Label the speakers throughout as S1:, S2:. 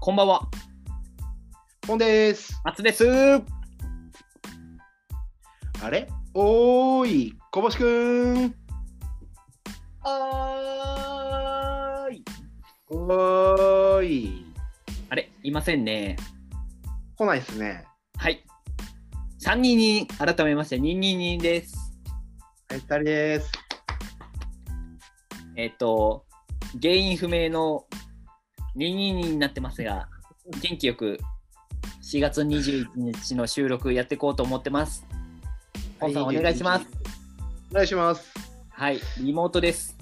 S1: こんばんは、
S2: ほんです。
S1: 松です。
S2: あれおーい、こぼしくん。
S1: あーい。
S2: おーい。
S1: あれ、いませんね。
S2: 来ないですね。
S1: はい。三人に改めまして二二二です。
S2: はい、二人です。
S1: えっ、と原因不明の二二二になってますが、元気よく4月21日の収録やっていこうと思ってます。ポンさんお願いします。。
S2: お願いします。
S1: はい、リモートです。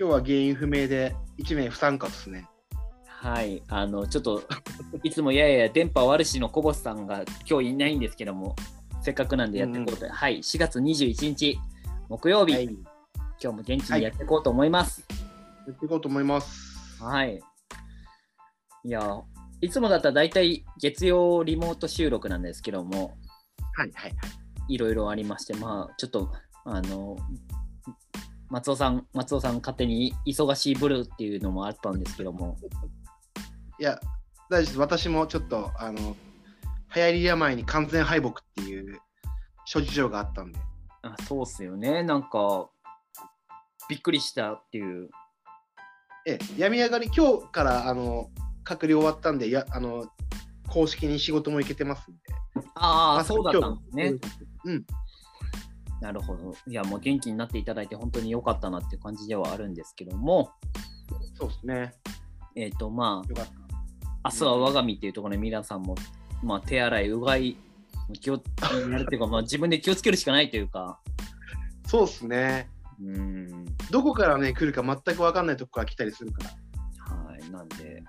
S2: 今日は原因不明で1名不参加ですね。
S1: はい、あのちょっと いつもやや電波悪しのこぼすさんが今日いないんですけども、せっかくなんでやっていこうと、はい、4月21日木曜日、
S2: はい。や
S1: 今日も元気にやっていこうと思います。
S2: っていこうと思います。
S1: はい。い、や、いつもだったら大体月曜リモート収録なんですけども、
S2: はい、はい、はい。
S1: いろいろありまして、まあちょっとあの松尾さん、松尾さん勝手に忙しいブルーっていうのもあったんですけども、
S2: いや、大丈夫です。私もちょっと、あの、流行り病に完全敗北っていう諸事情があったんで。
S1: あそうっすよねなんかびっくりしたっていう
S2: ええ、病み上がり、今日から、あの、隔離終わったんで、やあの、公式に仕事も行けてますんで。
S1: ああ
S2: 朝
S1: そうだったんですね
S2: 今日うん。
S1: なるほどいやもう元気になっていただいて本当に良かったなっていう感じではあるんですけども
S2: そうですね。
S1: えっ、とま
S2: よかった。
S1: あ明日は我が身っていうところで皆さんも、まあ、手洗いうがい気をやるっていうか、まあ、自分で気をつけるしかないというか
S2: そうですね。
S1: うん
S2: どこからね、来るか全く分かんないとこから来たりするから。
S1: はいなんで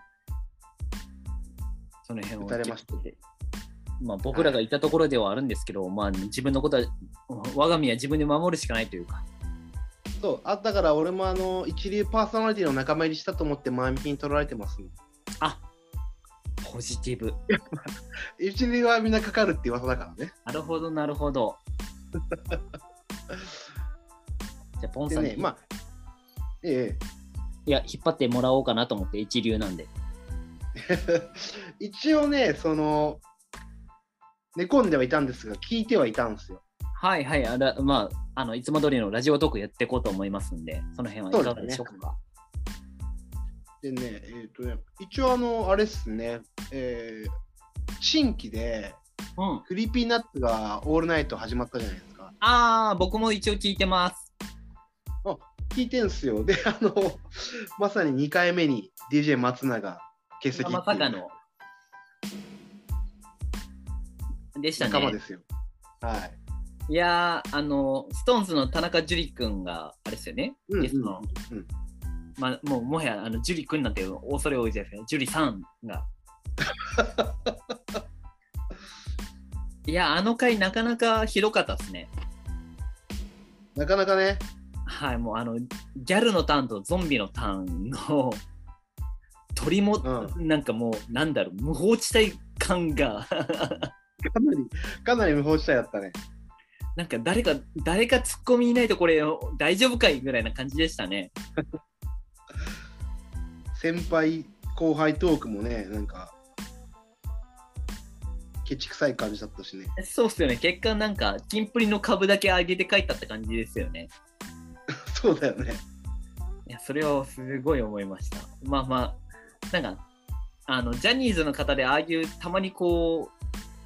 S1: その辺を
S2: 打たれました
S1: まあ、僕らがいたところではあるんですけど、まあ、自分のことは我が身は自分で守るしかないというか
S2: そう。あだから俺もあの、一流パーソナリティの仲間入りしたと思って前向きに取られてます、
S1: あポジティブ。
S2: 一流はみんなかかるって噂だからね。
S1: なるほど、なるほ ど。じゃあ、ポン
S2: で
S1: さんに、
S2: ね、まあ、え
S1: いや、引っ張ってもらおうかなと思って、一流なんで。
S2: え。一応ね、その、寝込んではいたんですが、聞いてはいたんですよ。
S1: はいはい、あらまあ、あのいつも通りのラジオトークやっていこうと思いますんで、その辺はいかがでしょうか。
S2: でね、えっ、とね、一応あの、あれっすね、えー新規で、
S1: うん、
S2: クリーピーナッツがオールナイト始まったじゃないですか。
S1: ああ、僕も一応聞いてます。
S2: 聞いてんすよ。で、あの、まさに2回目に DJ 松永欠席っていう
S1: まさかの。でした
S2: 仲間
S1: ね
S2: で。すよ。はい。
S1: いやー、あの、ストーンズの田中樹君が、あれですよね、
S2: うん
S1: ゲストの
S2: うん
S1: まあ、もうもはやあのジュリ君なんて恐れ多いですよね。ジュリさん が。いや、あの回なかなかひどかったですね。
S2: なかなかね、
S1: はい、もうあのギャルのターンとゾンビのターンの鳥も、
S2: う
S1: なんかもうなんだろう無法地帯感が
S2: かなり、かなり無法地帯だったね。
S1: なんか誰か誰かツッコミいないとこれ大丈夫かいぐらいな感じでしたね。
S2: 先輩、後輩トークもね、なんか、ケチくさい感じだったしね。
S1: そうっすよね。結果なんかキンプリの株だけ上げて帰ったって感じですよね。
S2: そうだよね。
S1: いや、それをすごい思いました。まあまあ、なんか、あの、ジャニーズの方で、ああいう、たまにこ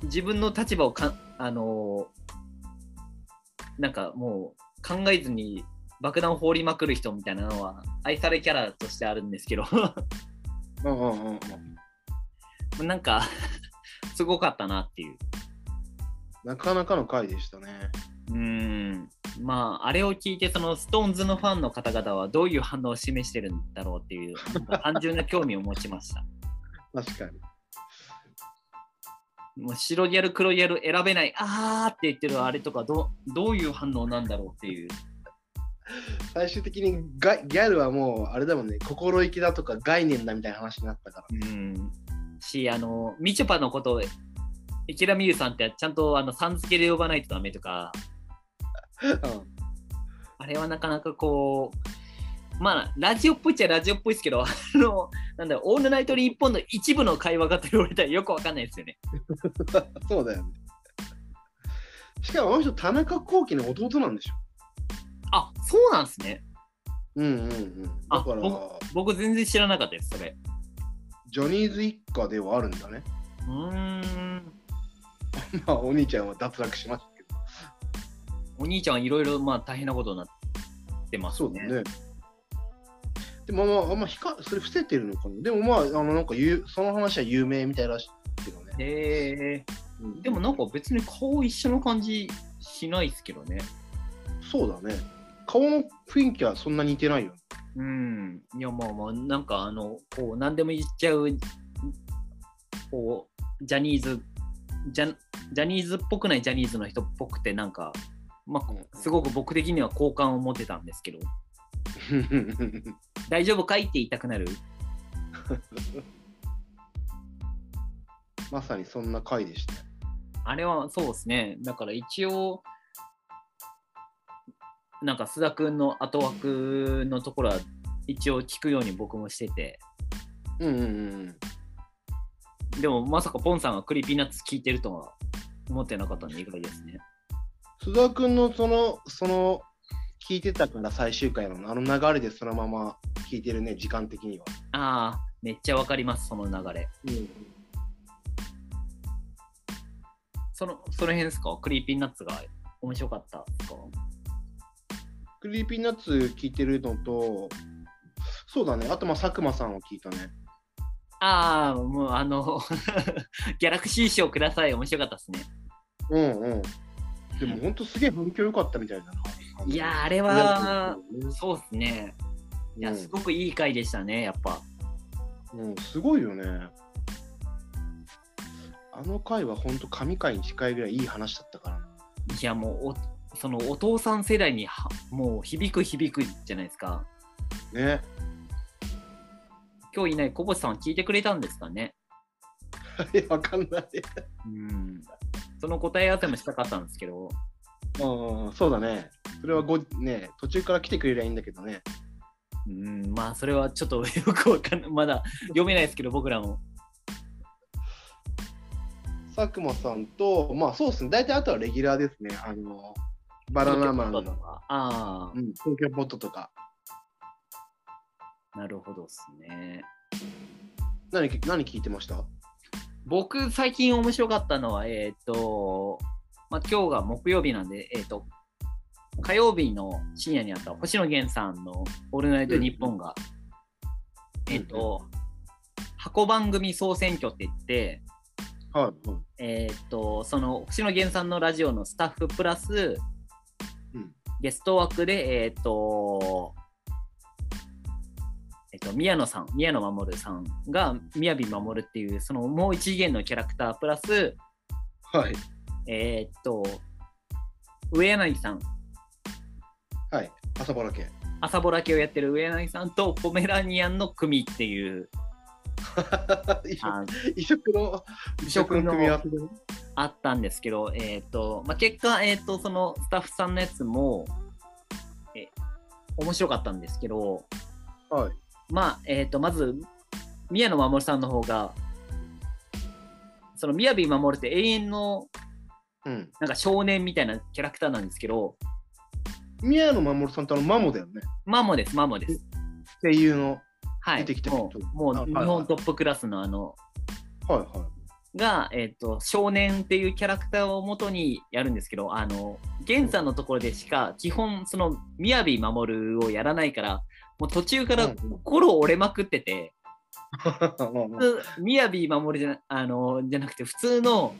S1: う、自分の立場をか、あのーなんかもう、考えずに爆弾を放りまくる人みたいなのは、愛されキャラとしてあるんですけど、
S2: うんうんうんうん。
S1: なんか、 すごかったなっていう。
S2: なかなかの回でしたね。
S1: うーん。まあ、あれを聞いて、その、ストーンズのファンの方々は、どういう反応を示してるんだろうっていう、なんか単純な興味を持ちました。
S2: 確かに。
S1: もう白ギャル黒ギャル選べないあーって言ってるあれとかどうどういう反応なんだろうっていう
S2: 最終的にガギャルはもう、あれだもんね、心意気だとか概念だみたいな話になったから。
S1: うんしあのみちょぱのことを池田美優さんってちゃんとあのさん付けで呼ばないとダメとか
S2: うん
S1: あれはなかなかこうまあ、ラジオっぽいっちゃラジオっぽいですけど、あ の、なんだろう、オールナイトリー一本の一部の会話が取り終えたら よくわかんないですよね。
S2: そうだよね。しかもあの人、田中幸喜の弟なんでしょ。
S1: あ、そうなんですね。
S2: うんうんうん。だ
S1: あ
S2: から、
S1: 僕全然知らなかったです、それ。
S2: ジャニーズ一家ではあるんだね。
S1: うーん。
S2: まあ、お兄ちゃんは脱落しましたけど。
S1: お兄ちゃんはいろいろ、まあ、大変なことになってます
S2: そうだね。でもまあ、あんまひかそれ伏せてるのかな。でもまあ、あのなんか有その話は有名みたいらしいけどね。
S1: へえ
S2: うん
S1: でもなんか別に顔一緒の感じしないですけどね。
S2: そうだね。顔の雰囲気はそんな似てないよ。
S1: うん。いやまあまあ、なんかあの、こう、何でも言っちゃう、こう、ジャニーズ、ジャジャニーズっぽくないジャニーズの人っぽくて、なんか、まあ、すごく僕的には好感を持てたんですけど、大丈夫かいって言いたくなる。
S2: まさにそんな回でした。
S1: あれはそうですね。だから一応、なんか須田君の後枠のところは一応聞くように僕もしてて、
S2: うんうんうん。
S1: でもまさかポンさんがクリーピーナッツ聞いてるとは思ってなかったんで意外ですね。
S2: 須田君のその、その、聞いてたから最終回のあの流れでそのまま聞いてるね、時間的には。
S1: ああ、めっちゃわかります、その流れ。
S2: うん、
S1: そのその辺ですかクリーピーナッツが面白かったですか
S2: クリーピーナッツ聞いてるのと、そうだね、あとまあ佐久間さんを聞いたね。
S1: ああ、もうあの、 ギャラクシー賞ください、面白かったですね。
S2: うんうん。でも本当すげえ反響良かったみたいだな。
S1: いやー、あれ
S2: あ
S1: は、そうですね。いや、
S2: うん
S1: すごくいい回でしたね、やっぱ。
S2: うん、すごいよね。あの回は本当神回に近いぐらいいい話だったからね。
S1: いやもうおそのお父さん世代にはもう響く響くじゃないですか
S2: ね。
S1: 今日いない小星さんは聞いてくれたんですかね
S2: あれわかんない。
S1: うんその答え合わせもしたかったんですけど
S2: うん、そうだね。それはごね途中から来てくれりゃいいんだけどね。
S1: うんまあそれはちょっとよくわかんないまだ読めないですけど僕らも
S2: 佐久間さんと、まあそうですね。大体あとはレギュラーですね。あの、バナナマンの、
S1: 東京ポッドとかあ
S2: うん、東京ポットとか。
S1: あなるほどですね
S2: 何き何聞いてました
S1: 僕最近面白かったのはえっ、とまあ今日が木曜日なんでえっ、と火曜日の深夜にあった星野源さんの「オールナイトニッポン」が、
S2: うん
S1: えっ、と、箱番組総選挙って言って、
S2: はい、はい
S1: えっ、と、その星野源さんのラジオのスタッフプラス、
S2: うん
S1: ゲスト枠で、えっ、と、えっと、宮野さん、宮野守さんが宮城守っていう、そのもう一次元のキャラクタープラス、
S2: はい。
S1: えっと、上柳さん、
S2: はい。朝ぼらけ。
S1: 朝ぼら系をやってる上柳さんとポメラニアンの組っていう、
S2: 異色
S1: あ
S2: 異色の、
S1: 異色の
S2: 異組み合わせでね。
S1: あったんですけど、えーとまあ、結果、えーと、そのスタッフさんのやつも、え面白かったんですけど、
S2: はい。
S1: まあえー、とまず宮野真守さんの方が、その宮城守って永遠の
S2: うん。
S1: なんか少年みたいなキャラクターなんですけど、
S2: 宮野真守さんとあのマモだよね。
S1: マモです、マモです。
S2: 声優の。
S1: はい、
S2: 出てきた
S1: もうもう
S2: あはい
S1: 日
S2: はい
S1: 本トップクラスのあの
S2: はいは
S1: が、えっと少年っていうキャラクターを元にやるんですけどあの源さんのところでしか基本その雅守をやらないからもう途中から
S2: うん
S1: 心折れまくってて、
S2: い。まあまあ
S1: 普通雅守じゃなあのじゃなくて普通の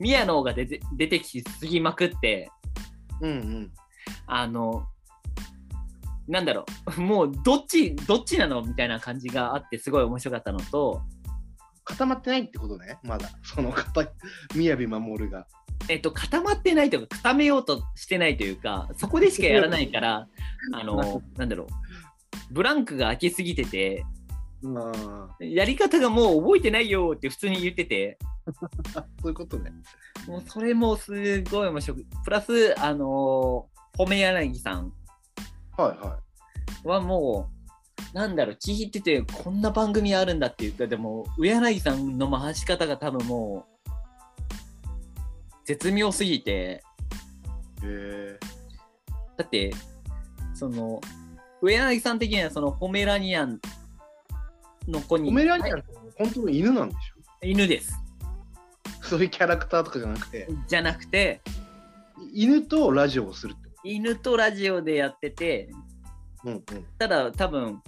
S1: 宮野が出て出てきすぎまくって
S2: うんうん。
S1: あのなんだろうもうどっちどっちなのみたいな感じがあってすごい面白かったのと、
S2: 固まってないってことね、まだ。その方、宮城守が。
S1: えっと、固まってないというか固めようとしてないというかそこでしかやらないからあのなんだろうブランクが空きすぎてて
S2: あ
S1: やり方がもう覚えてないよって普通に言ってて
S2: あ、そういうことね。
S1: もうそれもすごい面白くプラスあの褒め柳さん
S2: はいは
S1: はもう、なんだろう、聞いてて、こんな番組あるんだって言ったでも、上柳さんの回し方が多分もう、絶妙すぎて、
S2: え
S1: だって、その、上柳さん的には、その、ポメラニアンの子に、
S2: ポメラニアンって本当の犬なんでしょ
S1: 犬です。
S2: そういうキャラクターとかじゃなくて、
S1: じゃなくて、
S2: 犬とラジオをするってこ
S1: 犬とラジオでやってて、
S2: と。うんうん。
S1: ただ多分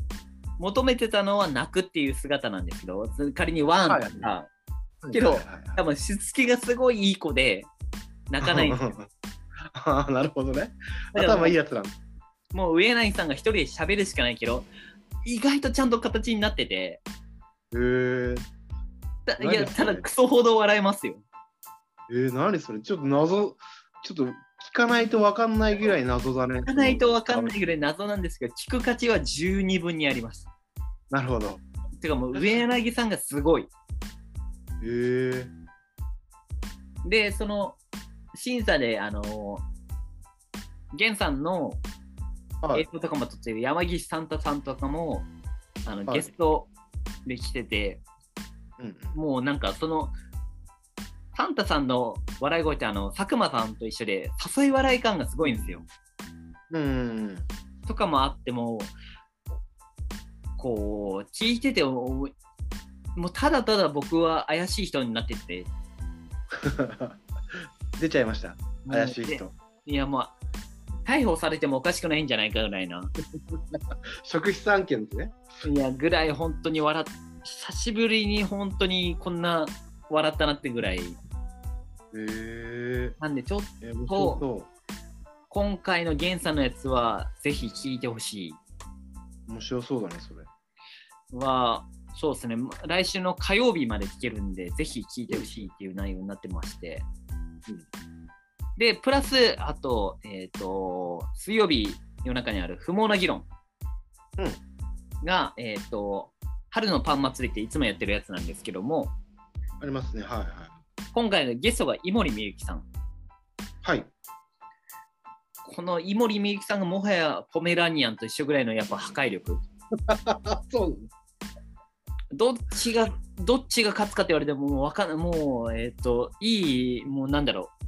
S1: 求めてたのは泣くっていう姿なんですけど仮にワンとか、けど
S2: はいはいはい
S1: 多分しつけがすごいいい子で泣かないんですよ
S2: ああ、なるほどね。
S1: だから
S2: 頭いいやつなんだ。
S1: もう上柳さんが一人で喋るしかないけど意外とちゃんと形になってて
S2: えー、
S1: たい
S2: 何
S1: や
S2: ですか
S1: た
S2: ね
S1: だクソほど笑えますよ
S2: えー、何それちょっと謎、ちょっと聞かないとわかんないぐらい謎だね。
S1: 聞かないと分かんないぐらい謎なんですけど聞く価値は十二分にあります
S2: なるほど。
S1: てかもう上柳さんがすごい
S2: えー、
S1: でその審査であの源さんの
S2: は
S1: 映
S2: い。
S1: 像とかも撮ってる山岸サンタさんとかもあの、
S2: はい
S1: ゲストで来てて
S2: うんうん
S1: もうなんかそのサンタさんの笑い声ってあの佐久間さんと一緒で誘い笑い感がすごいんですよ。
S2: うんうん
S1: とかもあってもこう聞いててももうただただ僕は怪しい人になってて
S2: うん。出ちゃいました。
S1: もう
S2: 怪しい
S1: で
S2: 人。
S1: いやもう逮捕されてもおかしくないんじゃないかぐらいな
S2: 職質案件ですね。
S1: いやぐらい本当に笑っ久しぶりに本当にこんな笑ったなってぐらい
S2: えー、
S1: なんでちょっと
S2: えー、面白そ
S1: 今回のゲンさんのやつはぜひ聞いてほし
S2: う。面白そうだね、それ。
S1: いはそうですね来週の火曜日まで聞けるんでぜひ聞いてほしいっていう内容になってまして、
S2: うん
S1: でプラスあとえっ、と水曜日夜中にある不毛な議論が、えっ、と春のパン祭りっていつもやってるやつなんですけども
S2: ありますね。はい
S1: 今回のゲストが井森美幸さん
S2: はい。はい。
S1: この井森美幸さんがもはやポメラニアンと一緒ぐらいのやっぱ破壊力
S2: あ、 そう
S1: どっちがどっちが勝つかって言われてももうわかんないもうえっ、といいもうなんだろう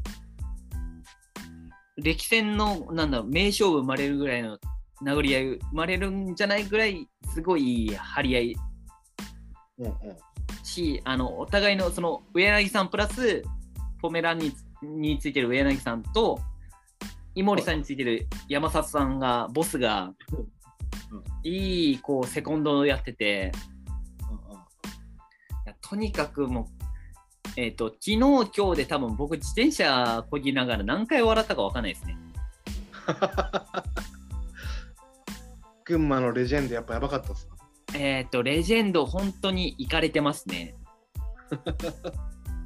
S1: 歴戦のなんだろう名勝負生まれるぐらいの殴り合い生まれるんじゃないぐらいすごいいい張り合い
S2: うんうん。
S1: しあのお互いのその上柳さんプラスポメランにについてる上柳さんと井森さんについてる山里さんがボスが
S2: うん
S1: いいこうセコンドをやってて。いやとにかくもう、えっと昨日今日で多分僕自転車こぎながら何回笑ったか分かんないですね。
S2: 群馬のレジェンドやっぱやばかったっす
S1: えっ、とレジェンド本当に行かれてます ね。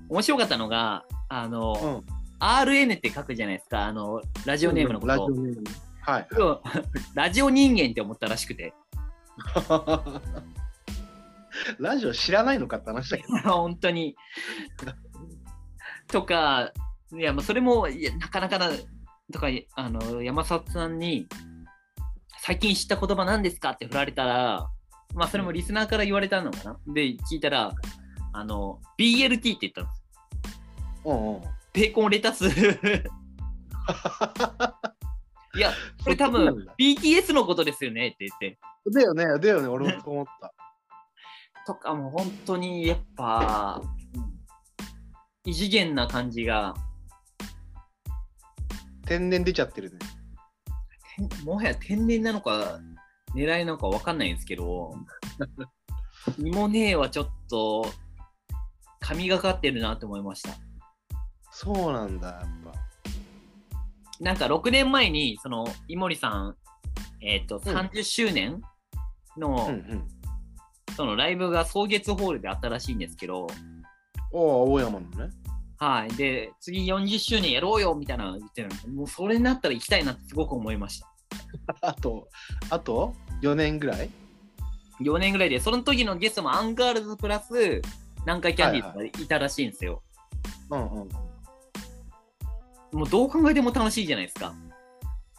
S1: 面白かったのがあ
S2: う
S1: の、
S2: ん
S1: RN って書くじゃないですかあのラ
S2: ラ
S1: ジオネームのこ
S2: ラジオ
S1: と。
S2: ネームはい
S1: 要は ラジオ人間って思ったらしくて
S2: ラジオ知らないのかって話だけ ど
S1: 本当に。とかいやまあそれもいやなかなかなとかあの山里さんに「最近知った言葉何ですか?」って振られたらまあそれもリスナーから言われたのかなで聞いたらあの BLT って言ったんです
S2: うんうん
S1: ベーコンレタ スいやこれ多
S2: そっちな
S1: 分
S2: んだ
S1: BTS のことですよねって言って
S2: だよねだよね俺もそう思 った
S1: とかもう本当にやっぱ異次元な感じが
S2: 天然出ちゃってるね
S1: 天もはや天然なのか狙いなのか分かんないんですけどイモネーはちょっと神がかってるなと思いました
S2: そうなんだやっぱ
S1: なんか6年前にその井森さん、えっと
S2: うん
S1: 30周年の,、
S2: うんうん
S1: そのライブが草月ホールであったらしいんですけど、
S2: おお大山のね
S1: はい、で次40周年やろうよみたいなの言ってるのもうそれになったら行きたいなってすごく思いました
S2: あとあと4年ぐらい
S1: 4年ぐらいでその時のゲストもアンガールズプラス南海キャンディーズがいたらしいんですよ、
S2: うんうん
S1: もうどう考えても楽しいじゃないですか。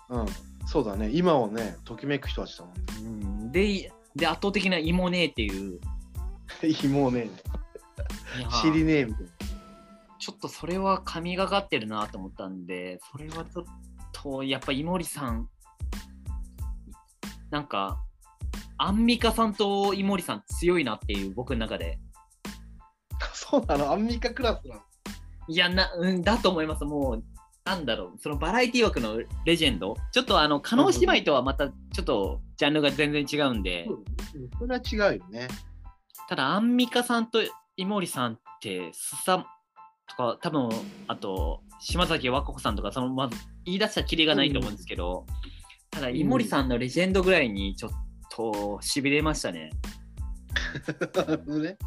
S2: うんそうだね、今をね、ときめく人たちだもんね。
S1: うん、でで圧倒的な「イモねえ」っていう
S2: もうね、
S1: いやー
S2: 知りねえみたいな。
S1: ちょっとそれは神がかってるなと思ったんでそれはちょっとやっぱ井森さんなんかアンミカさんと井森さん強いなっていう僕の中で
S2: そうなの、アンミカクラスなの。
S1: いやな、うん、だと思いますもうなんだろうそのバラエティ枠のレジェンドちょっとあの加納姉妹とはまたちょっとジャンルが全然違うんで、
S2: それは違うよね。
S1: ただアンミカさんと井森さんってすさとか多分あと島崎和歌子さんとかそのまず言い出したきりがないと思うんですけど、ただ井森さんのレジェンドぐらいにちょっとしびれましたね。
S2: ね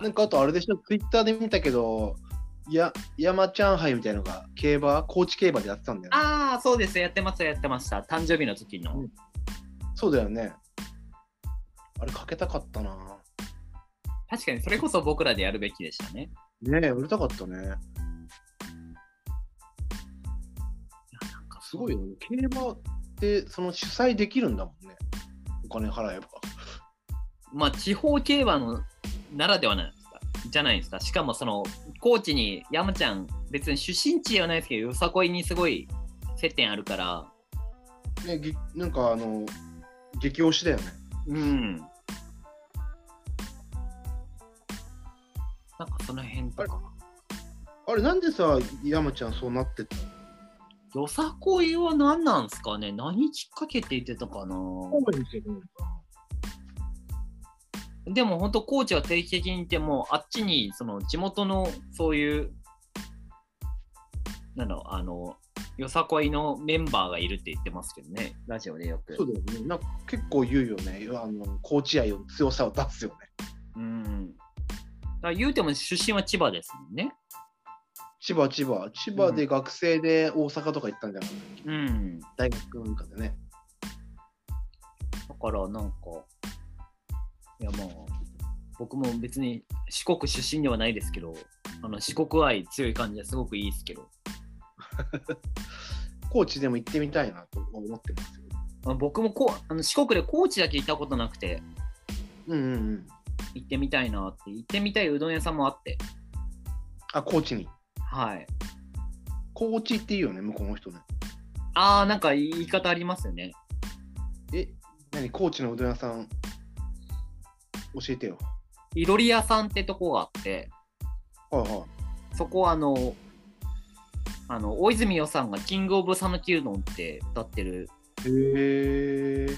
S2: なんかあとあれでしょ、ツイッターで見たけど、や山ちゃん杯みたいなのが競馬、高知競馬でやってたんだよ、ね。
S1: ああそうですやってましたやってました誕生日の時の、
S2: うんそうだよね。あれかけたかったな。
S1: 確かにそれこそ僕らでやるべきでしたね。
S2: ねえ、売れたかったね。
S1: なんか
S2: すごいよね。競馬ってその主催できるんだもんね。お金払えば。
S1: まあ地方競馬のならではなんですかじゃないですかしかもその高知に山ちゃん別に出身地ではないですけどよさこいにすごい接点あるから
S2: ね、ぎなんかあの、激推しだよね。
S1: うんなんかその辺とか
S2: あれ、なんでさ、山ちゃんそうなってったの
S1: よさこいは何なんですかね何きっかけって言ってたかなでも本当コーチは定期的にいてもうあっちにその地元のそういうなんだろうあのよさこいのメンバーがいるって言ってますけどねラジオでよく
S2: そうだよね。なんか結構言うよね。あの高知愛を強さを出すよね。
S1: うんだから言うても出身は千葉ですもんね
S2: 千葉、千葉。千葉で学生で大阪とか行ったんじゃない、
S1: うん
S2: 大学なんかでね。
S1: だからなんかいやまあ僕も別に四国出身ではないですけどあの四国愛強い感じはすごくいいですけど
S2: 高知でも行ってみたいなと思ってますよ。
S1: あ僕もこうあの四国で高知だけ行ったことなくて
S2: うんうんうん。
S1: 行ってみたいなって行ってみたいうどん屋さんもあって
S2: あ、高知に。
S1: はい
S2: 高知っていうよね、向こうの人ね。
S1: ああなんか言い方ありますよね
S2: え、何高知のうどん屋さん、教えてよ。
S1: いろり屋さんってとこがあって
S2: はいはい。
S1: そこはあのあの大泉洋さんがキングオブサヌキうどんって歌ってる
S2: へえ。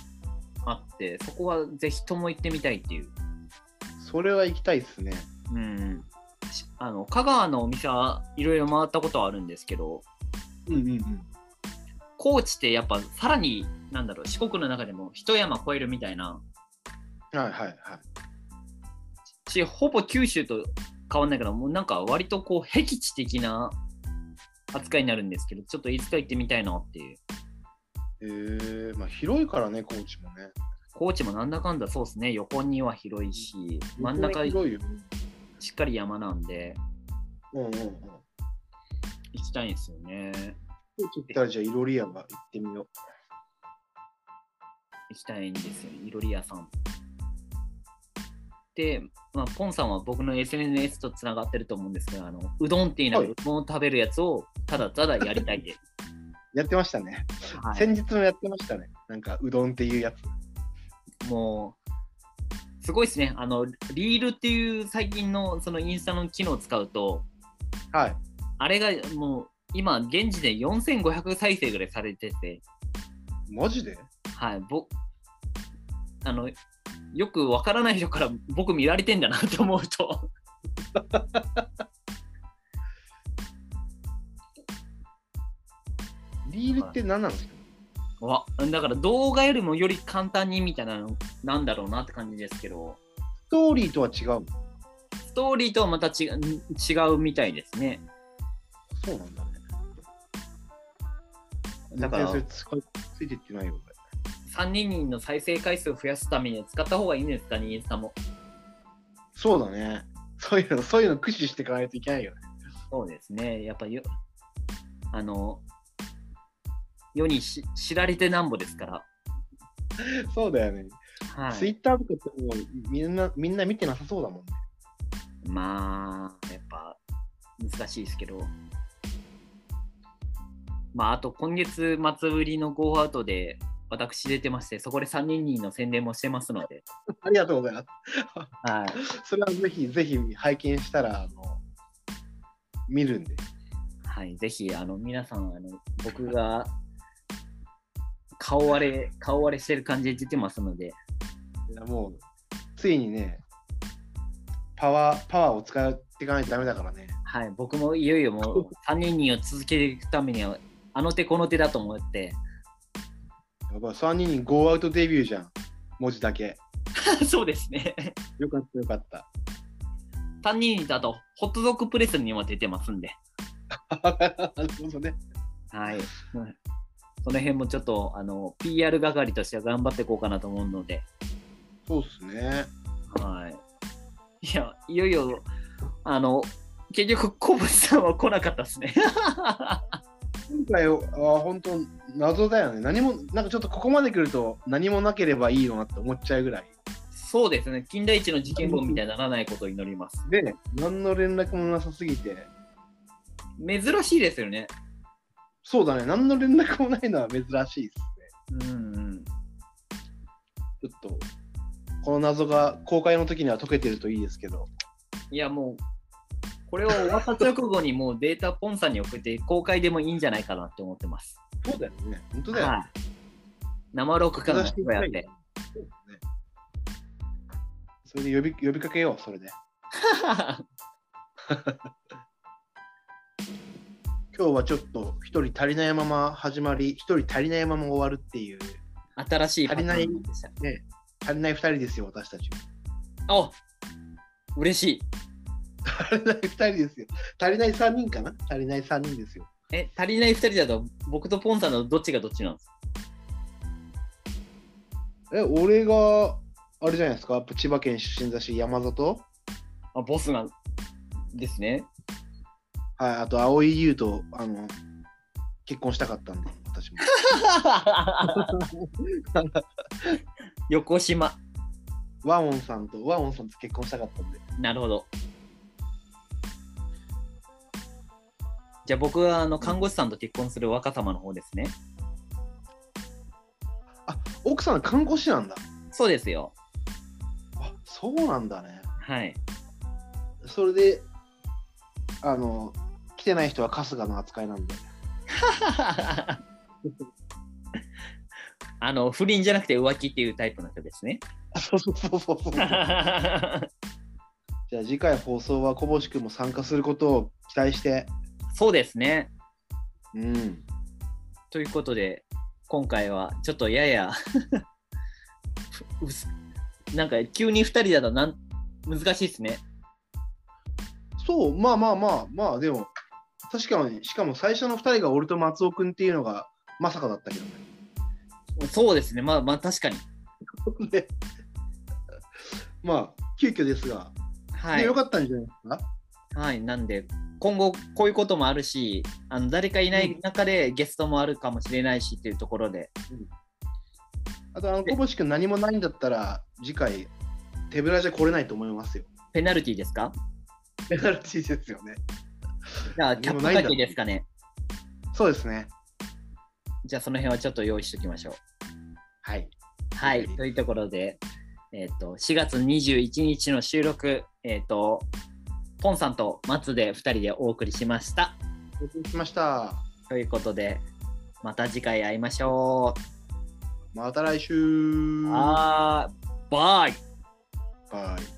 S1: あってそこはぜひとも行ってみたいっていう
S2: それは行きたいっすね。
S1: うんしあの香川のお店はいろいろ回ったことはあるんですけど
S2: うんうんうん。
S1: 高知ってやっぱさらになんだろう四国の中でも一山越えるみたいな
S2: はいはいはい。
S1: しほぼ九州と変わんないからもうなんか割とこう僻地的な扱いになるんですけどちょっといつか行ってみたいなっていう
S2: えー、まあ広いからね、高知もね。
S1: 高知もなんだかんだそうですね横には広いし真ん中し
S2: 広いよ。
S1: っかり山なんで
S2: うんうんうん。
S1: 行きたいんですよね
S2: 高知行ったらじゃあ、いろり屋が行ってみよう。
S1: 行きたいんですよいろり屋さんで、まあ、ポンさんは僕の SNS とつながってると思うんですけどあのうどんっていうのは
S2: はいう
S1: どんを食べるやつをただただやりたいで、
S2: やってましたね。
S1: はい
S2: 先日もやってましたね。なんか、うどんっていうやつ。
S1: もう、すごいですね。あの、リールっていう最近のそのインスタの機能を使うと、
S2: はい。
S1: あれがもう、今、現時点4500再生ぐらいされてて、
S2: マジで
S1: はい、僕、あの、よくわからない人から僕見られてんだなと思うと。
S2: リールって何なんですか、
S1: わだから動画よりもより簡単にみたいなのなんだろうなって感じですけど、
S2: ストーリーとは違うの
S1: ストーリーとはまた違う違うみたいですね。
S2: そうなんだね。
S1: だから
S2: 全然それ使いついてってないよ、
S1: 3人の再生回数を増やすためには使った方がいいんですかね、インスタも。
S2: そうだね。そういうの、そういうの駆使していかないといけないよね。
S1: そうですね、やっぱよあの、世にし知られてなんぼですから。
S2: そうだよね。
S1: は
S2: ツイ
S1: い、
S2: ッターとかってもうみんな、みんな見てなさそうだもんね。
S1: まあ、やっぱ難しいですけど。まあ、あと今月末売りの Go アウトで私出てまして、そこで3人の宣伝もしてますので、
S2: ありがとうございます。
S1: はい、
S2: それはぜひぜひ拝見したら、あの、見るんで。
S1: はい、ぜひあの皆さんあの僕が顔割れ顔割れしてる感じで出てますので、
S2: いやもう、ついにね、パワー、パワーを使っていかないとダメだからね。
S1: はい、僕もいよいよも う3人を続けていくためにはあの手この手だと思って、
S2: やばい、3人にゴーアウトデビューじゃん。文字だけ。
S1: そうですね。
S2: よかったよかった。
S1: 3人だとホットドッグプレスにも出てますんで、
S2: なるほどね。
S1: はい、 うんその辺もちょっとあの PR 係としては頑張っていこうかなと思うので、
S2: そうっすね。
S1: はい、いやいよいよあの結局コブさんは来なかったですね。
S2: 今回は本当謎だよね。何も、なんかちょっとここまで来ると何もなければいいよなって思っちゃうぐらい。
S1: そうですね、金田一の事件簿みたいにならないことを祈ります。
S2: で、何の連絡もなさすぎて。
S1: 珍しいですよね。
S2: そうだね、何の連絡もないのは珍しいです
S1: うんうん。
S2: ね。ちょっと、この謎が公開の時には解けてるといいですけど。
S1: いや、もう、これを終わった直後にもうデータポンさんに送って公開でもいいんじゃないかなって思ってます。
S2: そうだよね。本当だよ、ね。
S1: はい。生録感がこうやって。
S2: そうだねそれで呼び呼びかけよう、それで。今日はちょっと一人足りないまま始まり、一人足りないまま終わるっていう、
S1: 新しいパターンでした。
S2: 足りない二人ですよ、私たち。
S1: あ嬉しい。
S2: 足りない二人ですよ。足りない三人かな足りない三人ですよ。
S1: え、足りない2人だと僕とポンさんのどっちがどっちなんですか
S2: え、俺が、あれじゃないですか、やっぱ千葉県出身だし、山里、
S1: あ、ボスなんですね。
S2: はい、あと蒼井優とあの結婚したかったんで、私 も。
S1: 横島。
S2: ワオンさんとワオンさんと結婚したかったんで。
S1: なるほど。じゃあ僕はあの看護師さんと結婚する若様の方ですね。
S2: 奥さんは看護師なんだ。
S1: そうですよ。
S2: あそうなんだね。
S1: はい。
S2: それで、あの、来てない人は春日の扱いなんで。
S1: あの不倫じゃなくて浮気っていうタイプの人ですね。
S2: あそうそうそうそう そう。じゃあ次回放送は小星君も参加することを期待して。
S1: そうですね。
S2: うん。
S1: ということで今回はちょっとやや うすなんか急に2人だとなん難しいですね。
S2: そう、まあまあまあ、まあでも、確かに、しかも最初の2人が俺と松尾君っていうのがまさかだったけどね。
S1: そうですね。まあまあ確かに。
S2: でまあ、急遽ですが、
S1: はい
S2: でよ。かったんじゃないですか
S1: はい、なんで今後こういうこともあるしあの誰かいない中でゲストもあるかもしれないしっていうところで、
S2: あと、あの小星君何もないんだったら、次回、手ぶらじゃ来れないと思いますよ。
S1: ペナルティーですか
S2: ペナルティーですよね。
S1: じゃあキャップだけですかね
S2: そうですね。
S1: じゃあその辺はちょっと用意しておきましょ
S2: はい。
S1: うはい
S2: はい
S1: というところで、えっと4月21日の収録えっ、とポンさんと松で2人でお送りしました
S2: お送りしました。
S1: ということでまた次回会いましょ
S2: また来週。
S1: う、あーバイ
S2: バイ。